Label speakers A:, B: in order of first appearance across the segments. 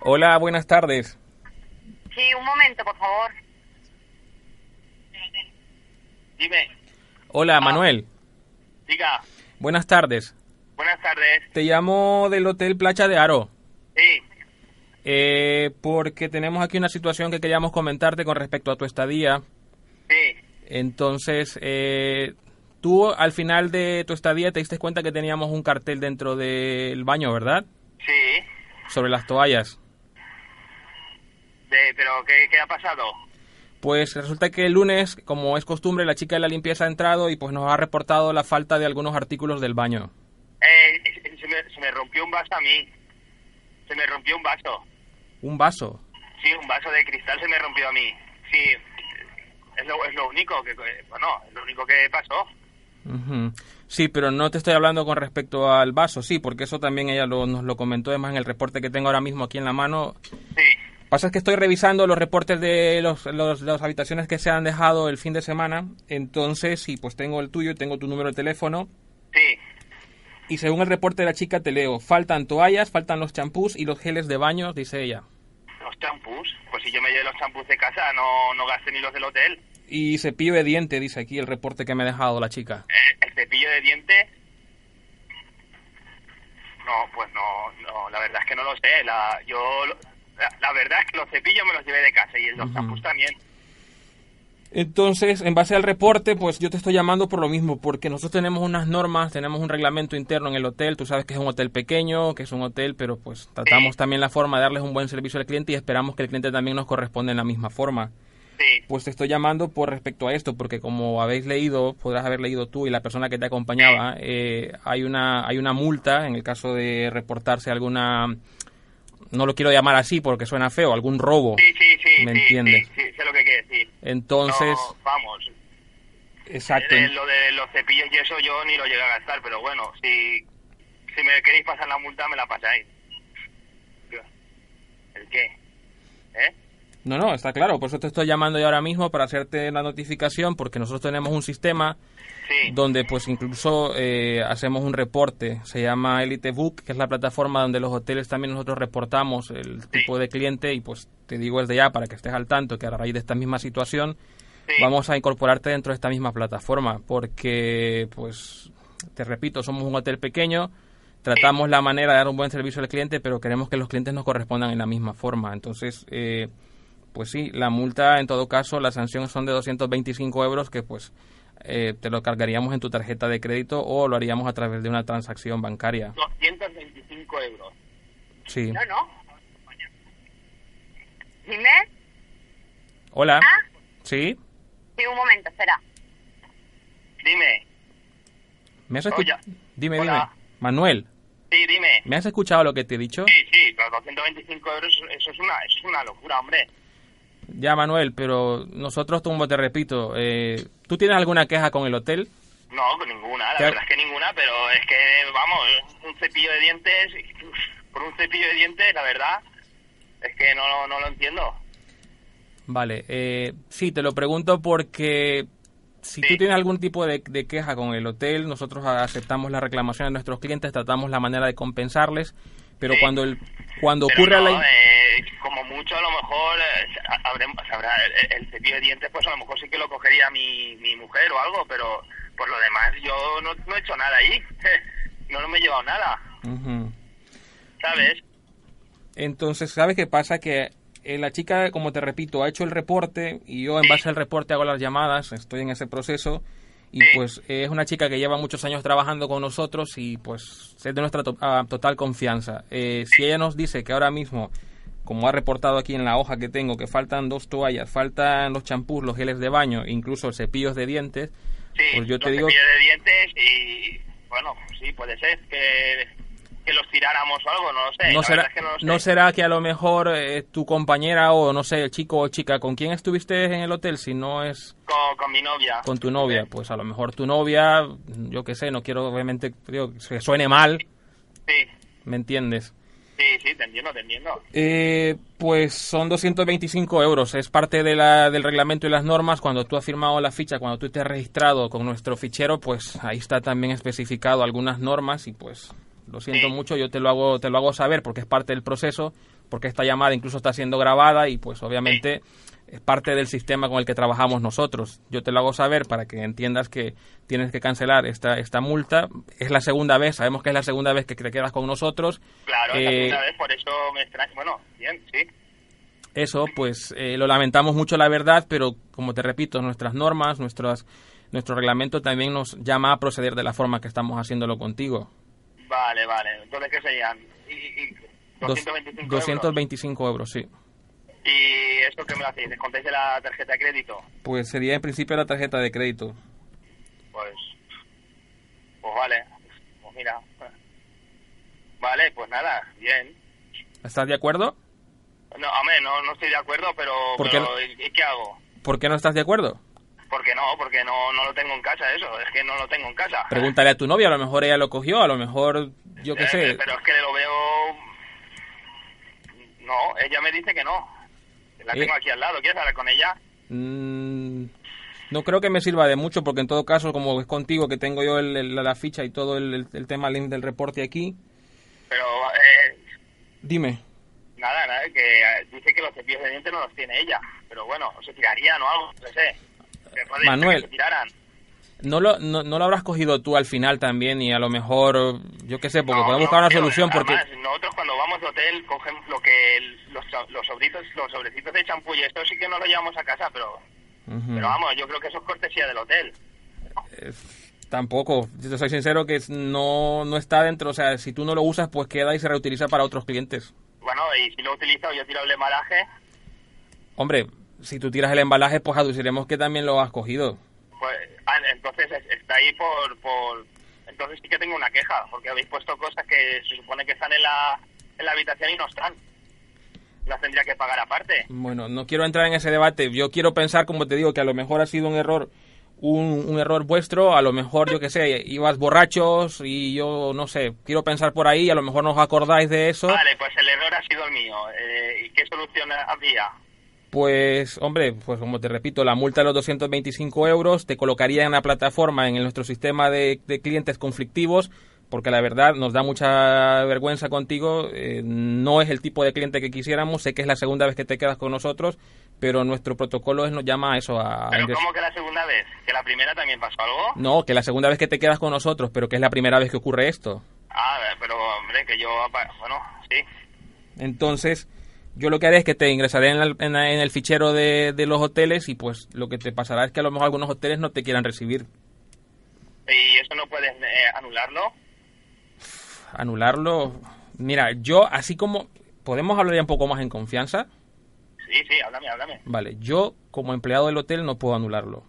A: Hola, buenas tardes.
B: Sí, un momento, por favor.
C: Dime,
A: Hola, Manuel.
C: diga,
A: Ah, Buenas tardes.
C: buenas tardes.
A: Te llamo del Hotel Playa de Aro.
C: Sí,
A: eh, porque tenemos aquí una situación que queríamos comentarte con respecto a tu estadía.
C: sí,
A: Entonces, eh, tú al final de tu estadía te diste cuenta que teníamos un cartel dentro del baño, ¿verdad?
C: sí.
A: Sobre las toallas.
C: De- ¿Pero qué, qué ha pasado?
A: Pues resulta que el lunes, como es costumbre, la chica de la limpieza ha entrado y pues nos ha reportado la falta de algunos artículos del baño.
C: Eh, se, me, se me rompió un vaso a mí. Se me rompió un vaso.
A: Un vaso.
C: Sí, un vaso de cristal se me rompió a mí. Sí, es lo, es lo único que... Bueno, es lo único que pasó.
A: Ujú. Sí, pero no te estoy hablando con respecto al vaso, sí, porque eso también ella lo- nos lo comentó, además en el reporte que tengo ahora mismo aquí en la mano.
C: Sí,
A: Pasa es que estoy revisando los reportes de los, los- las habitaciones que se han dejado el fin de semana, entonces, sí, pues tengo el tuyo, tengo tu número de teléfono,
C: sí,
A: y según el reporte de la chica te leo, faltan toallas, faltan los champús y los geles de baño, dice ella.
C: los champús. Pues si yo me llevé los champús de casa, no, no gasté ni los del hotel.
A: Y cepillo de diente, dice aquí el reporte que me ha dejado la chica.
C: Eh, ¿El cepillo de dientes? No, pues no, no, la verdad es que no lo sé. La, yo, lo- la, la verdad es que los cepillos me los llevé de casa y los
A: Ujú.
C: champús también.
A: Entonces, en base al reporte, pues yo te estoy llamando por lo mismo, porque nosotros tenemos unas normas, tenemos un reglamento interno en el hotel, tú sabes que es un hotel pequeño, que es un hotel, pero pues tratamos también la forma de darles un buen servicio al cliente y esperamos que el cliente también nos corresponda en la misma forma.
C: Sí,
A: Pues te estoy llamando por respecto a esto, porque como habéis leído, podrás haber leído tú y la persona que te acompañaba, eh, hay, una, hay una multa en el caso de reportarse alguna, no lo quiero llamar así porque suena feo, algún robo.
C: sí, sí, sí.
A: ¿Me
C: sí,
A: entiendes?
C: Sí, sí, sé lo que quieres decir.
A: Entonces,
C: No, vamos,
A: exacto.
C: de lo de los cepillos y eso yo ni lo llegué a gastar, pero bueno, si, si me queréis pasar la multa, me la pasáis. ¿El qué? ¿Eh?
A: No, no, está claro. Por eso te estoy llamando yo ahora mismo para hacerte la notificación, porque nosotros tenemos un sistema
C: Sí,
A: donde pues incluso eh, hacemos un reporte. Se llama Elite Book, que es la plataforma donde los hoteles también nosotros reportamos el tipo de cliente y pues te digo desde ya para que estés al tanto que a raíz de esta misma situación
C: sí.
A: vamos a incorporarte dentro de esta misma plataforma, porque, pues, te repito, somos un hotel pequeño, tratamos la manera de dar un buen servicio al cliente, pero queremos que los clientes nos correspondan en la misma forma. Entonces, eh, pues sí, la multa, en todo caso, las sanciones son de 225 euros, que pues eh, te lo cargaríamos en tu tarjeta de crédito o lo haríamos a través de una transacción bancaria.
C: 225 euros.
A: Sí.
B: No, no. Dime.
A: Hola.
B: Ah.
A: Sí.
B: Sí, un momento, espera.
C: Dime,
A: ¿Me has escuchado?
C: Oye.
A: Dime,
C: Hola.
A: dime. Manuel,
C: sí, dime.
A: ¿me has escuchado lo que te he dicho?
C: Sí, sí, los 225 euros, eso es una, eso es una locura, hombre.
A: Ya, Manuel, pero nosotros, como te repito, eh, ¿tú tienes alguna queja con el hotel?
C: No, con ninguna, la
A: Claro.
C: verdad es que ninguna, pero es que, vamos, un cepillo de dientes, por un cepillo de dientes, la verdad, es que no, no lo entiendo.
A: Vale, eh, sí, te lo pregunto porque si tú
C: Sí.
A: tienes algún tipo de, de queja con el hotel, nosotros a- aceptamos las reclamaciones de nuestros clientes, tratamos la manera de compensarles, pero
C: Sí.
A: cuando el cuando
C: Pero
A: ocurre
C: no,
A: la...
C: eh, como mucho, a lo mejor, eh, habremos- sabrá, el, el cepillo de dientes, pues a lo mejor sí que lo cogería mi, mi mujer o algo, pero por lo demás yo no, no he hecho nada ahí, no me he llevado nada,
A: Ujú.
C: ¿sabes?
A: Entonces, ¿sabes qué pasa? Que eh, la chica, como te repito, ha hecho el reporte y yo en base al reporte hago las llamadas, estoy en ese proceso y
C: Sí.
A: pues eh, es una chica que lleva muchos años trabajando con nosotros y pues es de nuestra to- ah, total confianza. Eh, si ella nos dice que ahora mismo, como ha reportado aquí en la hoja que tengo, que faltan dos toallas, faltan los champús, los geles de baño, incluso cepillos de dientes,
C: Sí,
A: pues yo te
C: los
A: digo...
C: cepillos de dientes y bueno, sí, puede ser que, que los tiráramos o algo, no lo sé.
A: no
C: la
A: será,
C: verdad es que no lo sé.
A: no será que a lo mejor eh, tu compañera o no sé, el chico o chica, ¿con quién estuviste en el hotel? Si no es
C: Con, con mi novia.
A: con tu novia, pues a lo mejor tu novia, yo qué sé, no quiero obviamente digo, que suene mal,
C: Sí,
A: ¿me entiendes?
C: sí, sí, te entiendo, te entiendo.
A: Eh, pues son 225 euros, es parte de la, del reglamento y las normas, cuando tú has firmado la ficha, cuando tú te has registrado con nuestro fichero, pues ahí está también especificado algunas normas y pues lo siento
C: Sí.
A: mucho, yo te lo hago, te lo hago saber porque es parte del proceso, porque esta llamada incluso está siendo grabada y pues obviamente es parte del sistema con el que trabajamos nosotros. Yo te lo hago saber para que entiendas que tienes que cancelar esta, esta multa. Es la segunda vez, sabemos que es la segunda vez que te quedas con nosotros.
C: Claro, es
A: Eh,
C: la primera vez, por eso me extraña. Bueno, bien, sí.
A: eso, pues eh, lo lamentamos mucho, la verdad, pero como te repito, nuestras normas, nuestras, nuestro reglamento también nos llama a proceder de la forma que estamos haciéndolo contigo.
C: Vale, vale. Entonces, ¿qué serían? Y, y, y
A: Dos-
C: 225 euros.
A: 225 euros, sí.
C: ¿Y eso qué me lo hacéis? ¿Descontáis de la tarjeta de crédito?
A: Pues sería en principio la tarjeta de crédito.
C: Pues, pues vale. Pues mira. Vale, pues nada, bien.
A: ¿Estás de acuerdo?
C: No, hombre, no, no estoy de acuerdo, pero...
A: ¿Por
C: pero
A: qué
C: ¿y- ¿Y qué hago?
A: ¿Por qué no estás de acuerdo?
C: Porque no, porque no, no lo tengo en casa eso. Es que no lo tengo en casa.
A: Pregúntale a tu novia, a lo mejor ella lo cogió, a lo mejor yo qué
C: Eh,
A: sé.
C: Pero es que lo veo... No, ella me dice que no. La
A: Eh.
C: tengo aquí al lado. ¿Quieres hablar con ella?
A: Mm, no creo que me sirva de mucho porque en todo caso, como es contigo que tengo yo el- el- la ficha y todo el, el- el tema del del reporte aquí,
C: Pero... Eh,
A: dime.
C: Nada, nada, que eh, dice que los cepillos de dientes no los tiene ella, pero bueno, se tirarían o algo, no sé. Que puede ser
A: Manuel.
C: que se tiraran.
A: No lo, no, no lo habrás cogido tú al final también y a lo mejor, yo qué sé, porque
C: No,
A: podemos
C: no,
A: buscar una
C: tío,
A: solución porque...
C: además, nosotros cuando vamos al hotel cogemos lo que el- los, so- los sobritos, los sobrecitos de champú y esto sí que no lo llevamos a casa, pero,
A: Ujú.
C: pero vamos, yo creo que eso es cortesía del hotel.
A: Eh, Tampoco, yo te soy sincero que es- no, no está dentro, o sea, si tú no lo usas pues queda y se reutiliza para otros clientes.
C: Bueno, y si lo he utilizado yo he tirado el embalaje,
A: Hombre, si tú tiras el embalaje pues aduciremos que también lo has cogido.
C: pues ah, entonces es- está ahí por, por... Entonces sí que tengo una queja, porque habéis puesto cosas que se supone que están en la, en la habitación y no están. Las tendría que pagar aparte.
A: Bueno, no quiero entrar en ese debate. Yo quiero pensar, como te digo, que a lo mejor ha sido un error, un, un error vuestro. A lo mejor, yo qué sé, ibas borrachos y yo no sé. Quiero pensar por ahí. A lo mejor nos acordáis de eso.
C: Vale, pues el error ha sido el mío. Eh, ¿Y qué solución había?
A: Pues, hombre, pues como te repito, la multa de los 225 euros te colocaría en la plataforma, en nuestro sistema de, de clientes conflictivos, porque la verdad nos da mucha vergüenza contigo. eh, no es el tipo de cliente que quisiéramos. Sé que es la segunda vez que te quedas con nosotros, pero nuestro protocolo es- nos llama a eso, a, a
C: ¿Pero
A: ingresar.
C: cómo que la segunda vez? ¿Que la primera también pasó algo?
A: No, que la segunda vez que te quedas con nosotros, pero que es la primera vez que ocurre esto.
C: Ah, pero hombre, que yo... apa- Bueno, sí.
A: Entonces, yo lo que haré es que te ingresaré en, la- en la- en el fichero de, de los hoteles y pues lo que te pasará es que a lo mejor algunos hoteles no te quieran recibir.
C: ¿Y eso no puedes eh, anularlo?
A: Anularlo. Mira, yo así como... ¿Podemos hablar ya un poco más en confianza?
C: Sí, sí, háblame, háblame.
A: Vale, yo como empleado del hotel no puedo anularlo.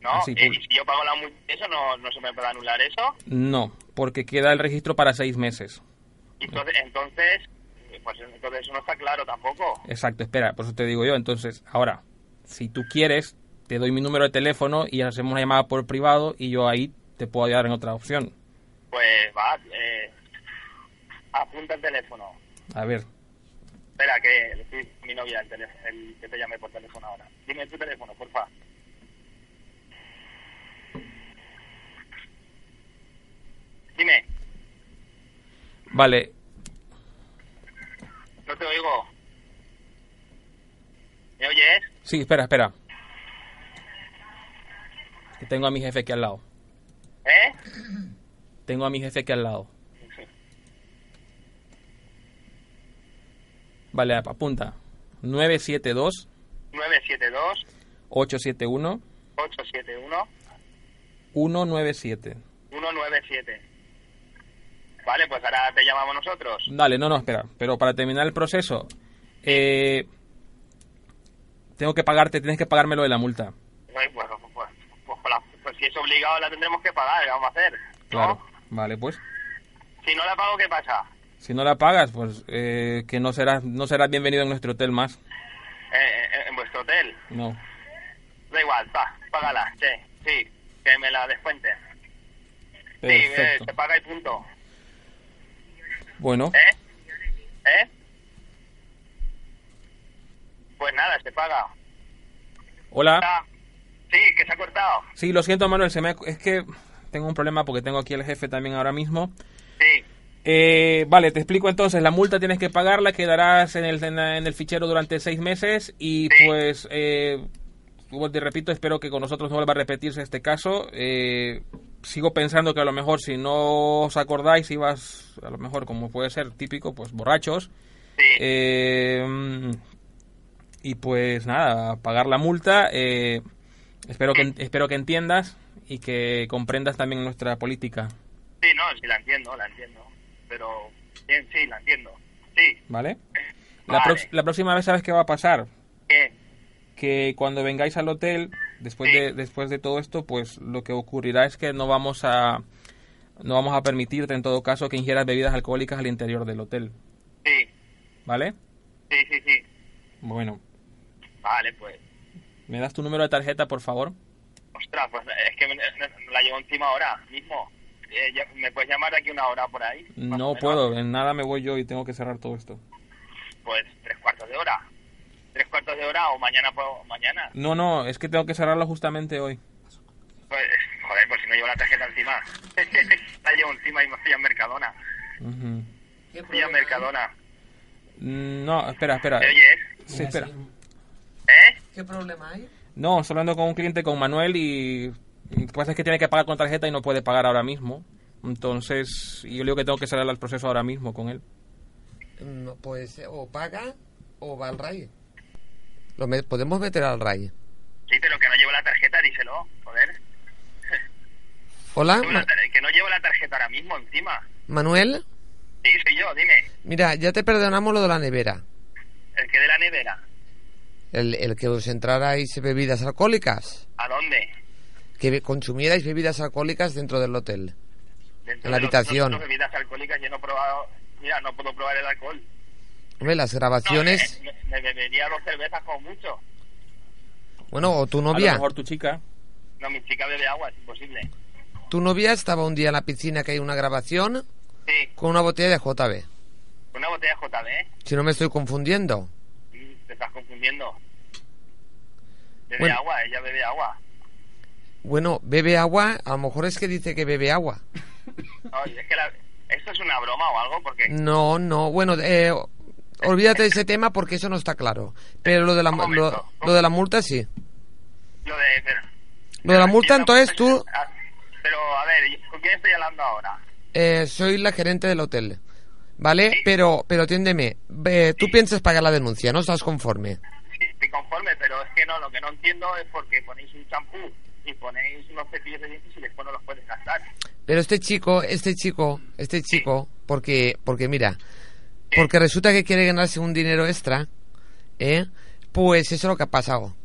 C: No,
A: Así,
C: eh,
A: pul-
C: ¿y si yo pago la multa, ¿eso no, no se me puede anular eso?
A: No, porque queda el registro para seis meses.
C: Y Entonces, entonces, pues entonces eso no está claro tampoco.
A: Exacto, espera, por eso te digo yo. Entonces, ahora, si tú quieres, te doy mi número de teléfono y hacemos una llamada por privado y yo ahí te puedo ayudar en otra opción.
C: Pues va, eh, apunta el teléfono.
A: A ver,
C: Espera, que le estoy mi novia el, teléfono, el que te llame por teléfono ahora. Dime tu teléfono, porfa. Dime,
A: vale,
C: no te oigo. ¿Me oyes?
A: sí, espera, espera. Que tengo a mi jefe aquí al lado.
C: ¿Eh?
A: Tengo a mi jefe aquí al lado. Vale, ap- apunta. 972
C: 972
A: 871
C: 871
A: 197.
C: 197. Vale, pues ahora te llamamos nosotros.
A: Dale, no, no, espera. Pero para terminar el proceso, eh, tengo que pagarte, tienes que pagarme lo de la multa.
C: Ay, Pues, pues, pues, pues, la- pues si es obligado la tendremos que pagar, ¿qué vamos a hacer? ¿No?
A: Claro.
C: Ah.
A: Vale, pues.
C: Si no la pago, ¿qué pasa?
A: Si no la pagas, pues eh, que no serás, no serás bienvenido en nuestro hotel más.
C: Eh, eh, en vuestro hotel.
A: No.
C: Da igual, pa, págala, sí, sí, que me la descuenten. Sí, eh,
A: Perfecto.
C: se paga y punto.
A: Bueno,
C: ¿Eh? ¿Eh? Pues nada, se paga.
A: hola.
C: Ah, sí, que se ha cortado.
A: Sí, lo siento, Manuel, se me ha- es que tengo un problema porque tengo aquí al jefe también ahora mismo.
C: Sí,
A: Eh, vale, te explico entonces. La multa tienes que pagarla, quedarás en el, en la- en el fichero durante seis meses y
C: Sí.
A: pues, eh, como te repito, espero que con nosotros no vuelva a repetirse este caso. Eh, sigo pensando que a lo mejor si no os acordáis, ibas, a lo mejor como puede ser típico, pues borrachos.
C: Sí.
A: Eh, mm, y pues nada, pagar la multa. eh, espero, que, espero que entiendas y que comprendas también nuestra política,
C: Sí, no, sí, la entiendo, la entiendo. Pero, bien, sí, la entiendo. Sí,
A: ¿vale? La,
C: Vale.
A: prox- la próxima vez sabes qué va a pasar.
C: bien.
A: Que cuando vengáis al hotel, después,
C: Sí.
A: de, después de todo esto, pues lo que ocurrirá es que no vamos a... No vamos a permitirte en todo caso que ingieras bebidas alcohólicas al interior del hotel,
C: Sí,
A: ¿vale?
C: sí, sí, sí.
A: Bueno,
C: Vale, pues.
A: ¿me das tu número de tarjeta, por favor?
C: Ostras, pues es que me, me la llevo encima ahora mismo. Eh, ya- ¿Me puedes llamar de aquí una hora por ahí? Más o
A: No
C: menos.
A: puedo, en nada me voy yo y tengo que cerrar todo esto.
C: Pues tres cuartos de hora. Tres cuartos de hora o mañana. puedo- mañana.
A: No, no, es que tengo que cerrarlo justamente hoy.
C: Pues, joder, pues si no llevo la tarjeta encima. la llevo encima y me fui a Mercadona.
A: Ujú.
D: ¿Qué
C: Fui a
D: problema?
C: Mercadona.
A: Mm, No, espera, espera.
C: ¿Me oyes?
A: Sí, espera.
C: ¿Eh?
D: ¿Qué problema hay?
A: No, estoy hablando con un cliente, con Manuel, y y pues es que tiene que pagar con tarjeta y no puede pagar ahora mismo. Entonces, y yo le digo que tengo que cerrar el proceso ahora mismo con él.
D: No, pues eh, o paga o va al RAI. Lo me- podemos meter al RAI.
C: Sí, pero que no llevo la tarjeta, díselo. Joder.
D: Hola,
C: Llevo
D: Ma-
C: la tar- que no llevo la tarjeta ahora mismo encima.
D: Manuel.
C: Sí, soy yo, dime.
D: Mira, ya te perdonamos lo de la nevera.
C: El que de la nevera.
D: El, el que os entrarais bebidas alcohólicas.
C: ¿A dónde?
D: Que be- consumierais bebidas alcohólicas dentro del hotel.
C: Dentro
D: En la
C: de los-
D: habitación.
C: los- las bebidas alcohólicas yo no he probado. Mira, no puedo probar el alcohol.
D: Hombre, las
C: No, me,
D: grabaciones.
C: me- me bebería dos cervezas como mucho. eh.
D: Bueno, o tu
A: A lo
D: novia.
A: mejor tu chica.
C: No, mi chica bebe agua, es imposible.
D: Tu novia estaba un día en la piscina que hay una grabación
C: Sí,
D: con una botella de JB.
C: una botella JB, ¿eh?
D: Si no me estoy confundiendo.
C: Mm, Te estás confundiendo. Bebe
D: Bueno.
C: agua, ella bebe agua.
D: Bueno, bebe agua. A lo mejor es que dice que bebe agua.
C: No, es que la- esto es una broma o algo, porque...
D: No, no, bueno, eh, olvídate de ese tema porque eso no está claro. Pero lo de la,
C: Un
D: mu-
C: momento.
D: lo, lo de la multa sí.
C: Lo de... Pero,
D: Lo de la multa,
C: pero-
D: entonces tú
C: Ah, Pero, a ver, ¿con quién estoy hablando ahora?
D: eh, soy la gerente del hotel, ¿vale?
C: Sí.
D: Pero, pero atiéndeme, eh, tú piensas pagar la denuncia, ¿no estás conforme?
C: Sí, Estoy conforme, pero es que no, lo que no entiendo es porque ponéis un champú y ponéis unos cepillos de dientes y después no los puedes gastar.
D: Pero este chico, este chico, este chico, porque, porque mira, porque resulta que quiere ganarse un dinero extra, ¿eh? Pues eso es lo que ha pasado.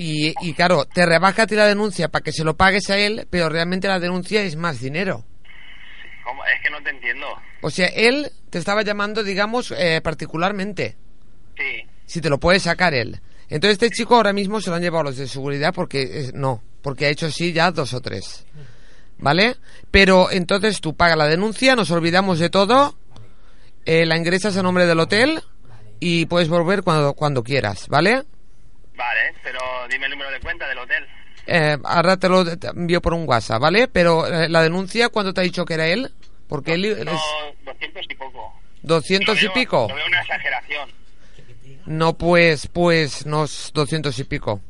D: Y, y claro, te rebaja a ti la denuncia para que se lo pagues a él, pero realmente la denuncia es más dinero.
C: ¿Cómo? Es que no te entiendo.
D: O sea, él te estaba llamando, digamos, eh, particularmente,
C: Sí,
D: si te lo puede sacar él. Entonces este chico ahora mismo se lo han llevado los de seguridad porque eh, no, porque ha hecho sí ya dos o tres. ¿Vale? Pero entonces tú pagas la denuncia, nos olvidamos de todo, eh, la ingresas a nombre del hotel y puedes volver cuando, cuando quieras, ¿vale?
C: vale, pero dime el número de cuenta del hotel.
D: Eh, ahora te lo te envío por un WhatsApp, ¿vale? Pero eh, la denuncia, ¿cuándo te ha dicho que era él? Porque él
C: No,
D: es
C: 200 y poco.
D: 200 y
C: Lo veo-
D: pico.
C: Lo veo una exageración.
D: No, pues, pues, unos 200 y pico.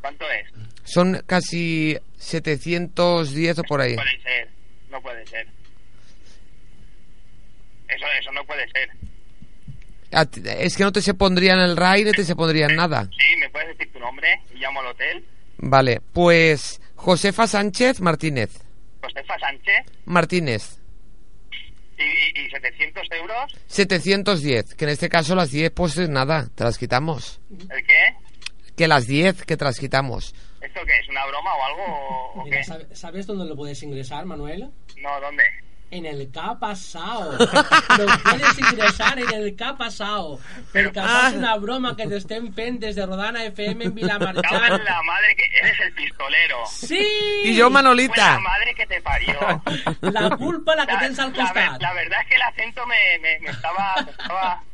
C: ¿Cuánto es?
D: Son casi 710 o por ahí.
C: Puede ser, no puede ser. Eso, eso no puede ser.
D: A ti- Es que no te se pondrían el RAI ni te se pondrían nada.
C: Sí, ¿me puedes decir tu nombre? Y llamo al hotel.
D: Vale, pues Josefa Sánchez Martínez.
C: Josefa Sánchez.
D: Martínez,
C: Y, y, y 700 euros.
D: 710, que en este caso las 10 pues es nada, te las quitamos.
C: ¿El qué?
D: Que las 10 que te las quitamos.
C: ¿Esto qué? ¿Es una broma o algo? o- o
E: Mira,
C: qué?
E: ¿sabe- ¿sabes dónde lo puedes ingresar, Manuel?
C: No, ¿dónde?
E: En el capasao. Lo puedes ingresar en el capasao. Pero capaz una broma que te estén pendes de Rodana FM en
C: Cago en
E: Vilamarchán.
C: la madre que eres el pistolero.
E: ¡Sí!
D: Y yo,
C: La
D: Manolita.
C: madre que te parió.
E: La culpa la que
C: La,
E: tens al
C: la ver-
E: costat.
C: la verdad es que el acento me, me, me estaba... me estaba-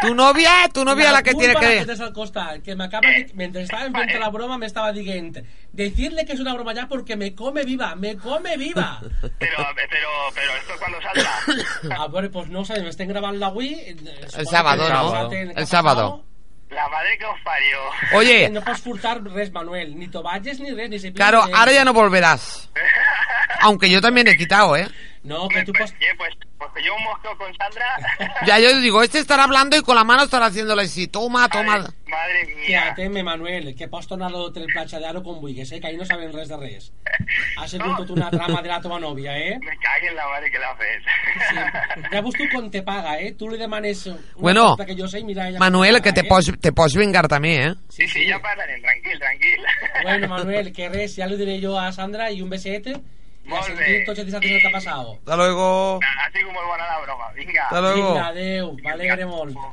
D: Tu novia, tu novia la que
E: culpa
D: tiene que
E: la
D: ver.
E: tienes al costal, que me acaba de- mientras estaba enfrente de la broma me estaba diciendo decirle que es una broma ya porque me come viva, me come viva.
C: Pero, pero, pero esto es cuando saldrá.
E: A ver, pues no sé, me estén grabando la Wii eh, supongo
D: sábado,
E: que
A: ¿no?
E: nos hacen-
D: El
E: ¿qué ha
D: sábado.
E: pasado?
C: La madre que os parió.
E: Que
D: Oye,
E: No puedes furtar res, Manuel, ni toballes ni res, ni se
D: Eh, claro,
E: pierde.
D: ahora ya no volverás. Aunque yo también he quitado, ¿eh?
E: No, que
C: Pues,
E: tú pues,
C: oye, pues, pues que yo un mosqueo con Sandra.
D: Ya yo digo, este estará hablando y con la mano estará haciéndole así. Toma, toma.
C: Ay, madre mía.
E: Fíjate-me, Manuel, que pots tornar lo del platja d'Aro com vulguis, eh? que ahí no saben res de res. Ha sigut tot una trama de la teva nòvia, eh?
C: Me cague en la madre que la haces.
E: Sí. Llavors tu com te paga, eh? Tu li demanes una
D: Bueno,
E: cosa que jo sé i mira... Ella
D: Manuel,
E: com
D: que te
E: paga,
D: pots, te pots vingar també, eh?
E: eh?
C: Sí, sí, ya parlaré. Tranquil, tranquil.
E: Bueno, Manuel, que res, ja li diré jo a Sandra i un besete i a
C: Molt
E: sentir
C: bé.
E: tots els dissabtes el que ha passat.
D: Hasta luego.
C: Así como buena la broma. Vinga.
D: Hasta luego.
E: Vinga, adeu, m'alegre molt.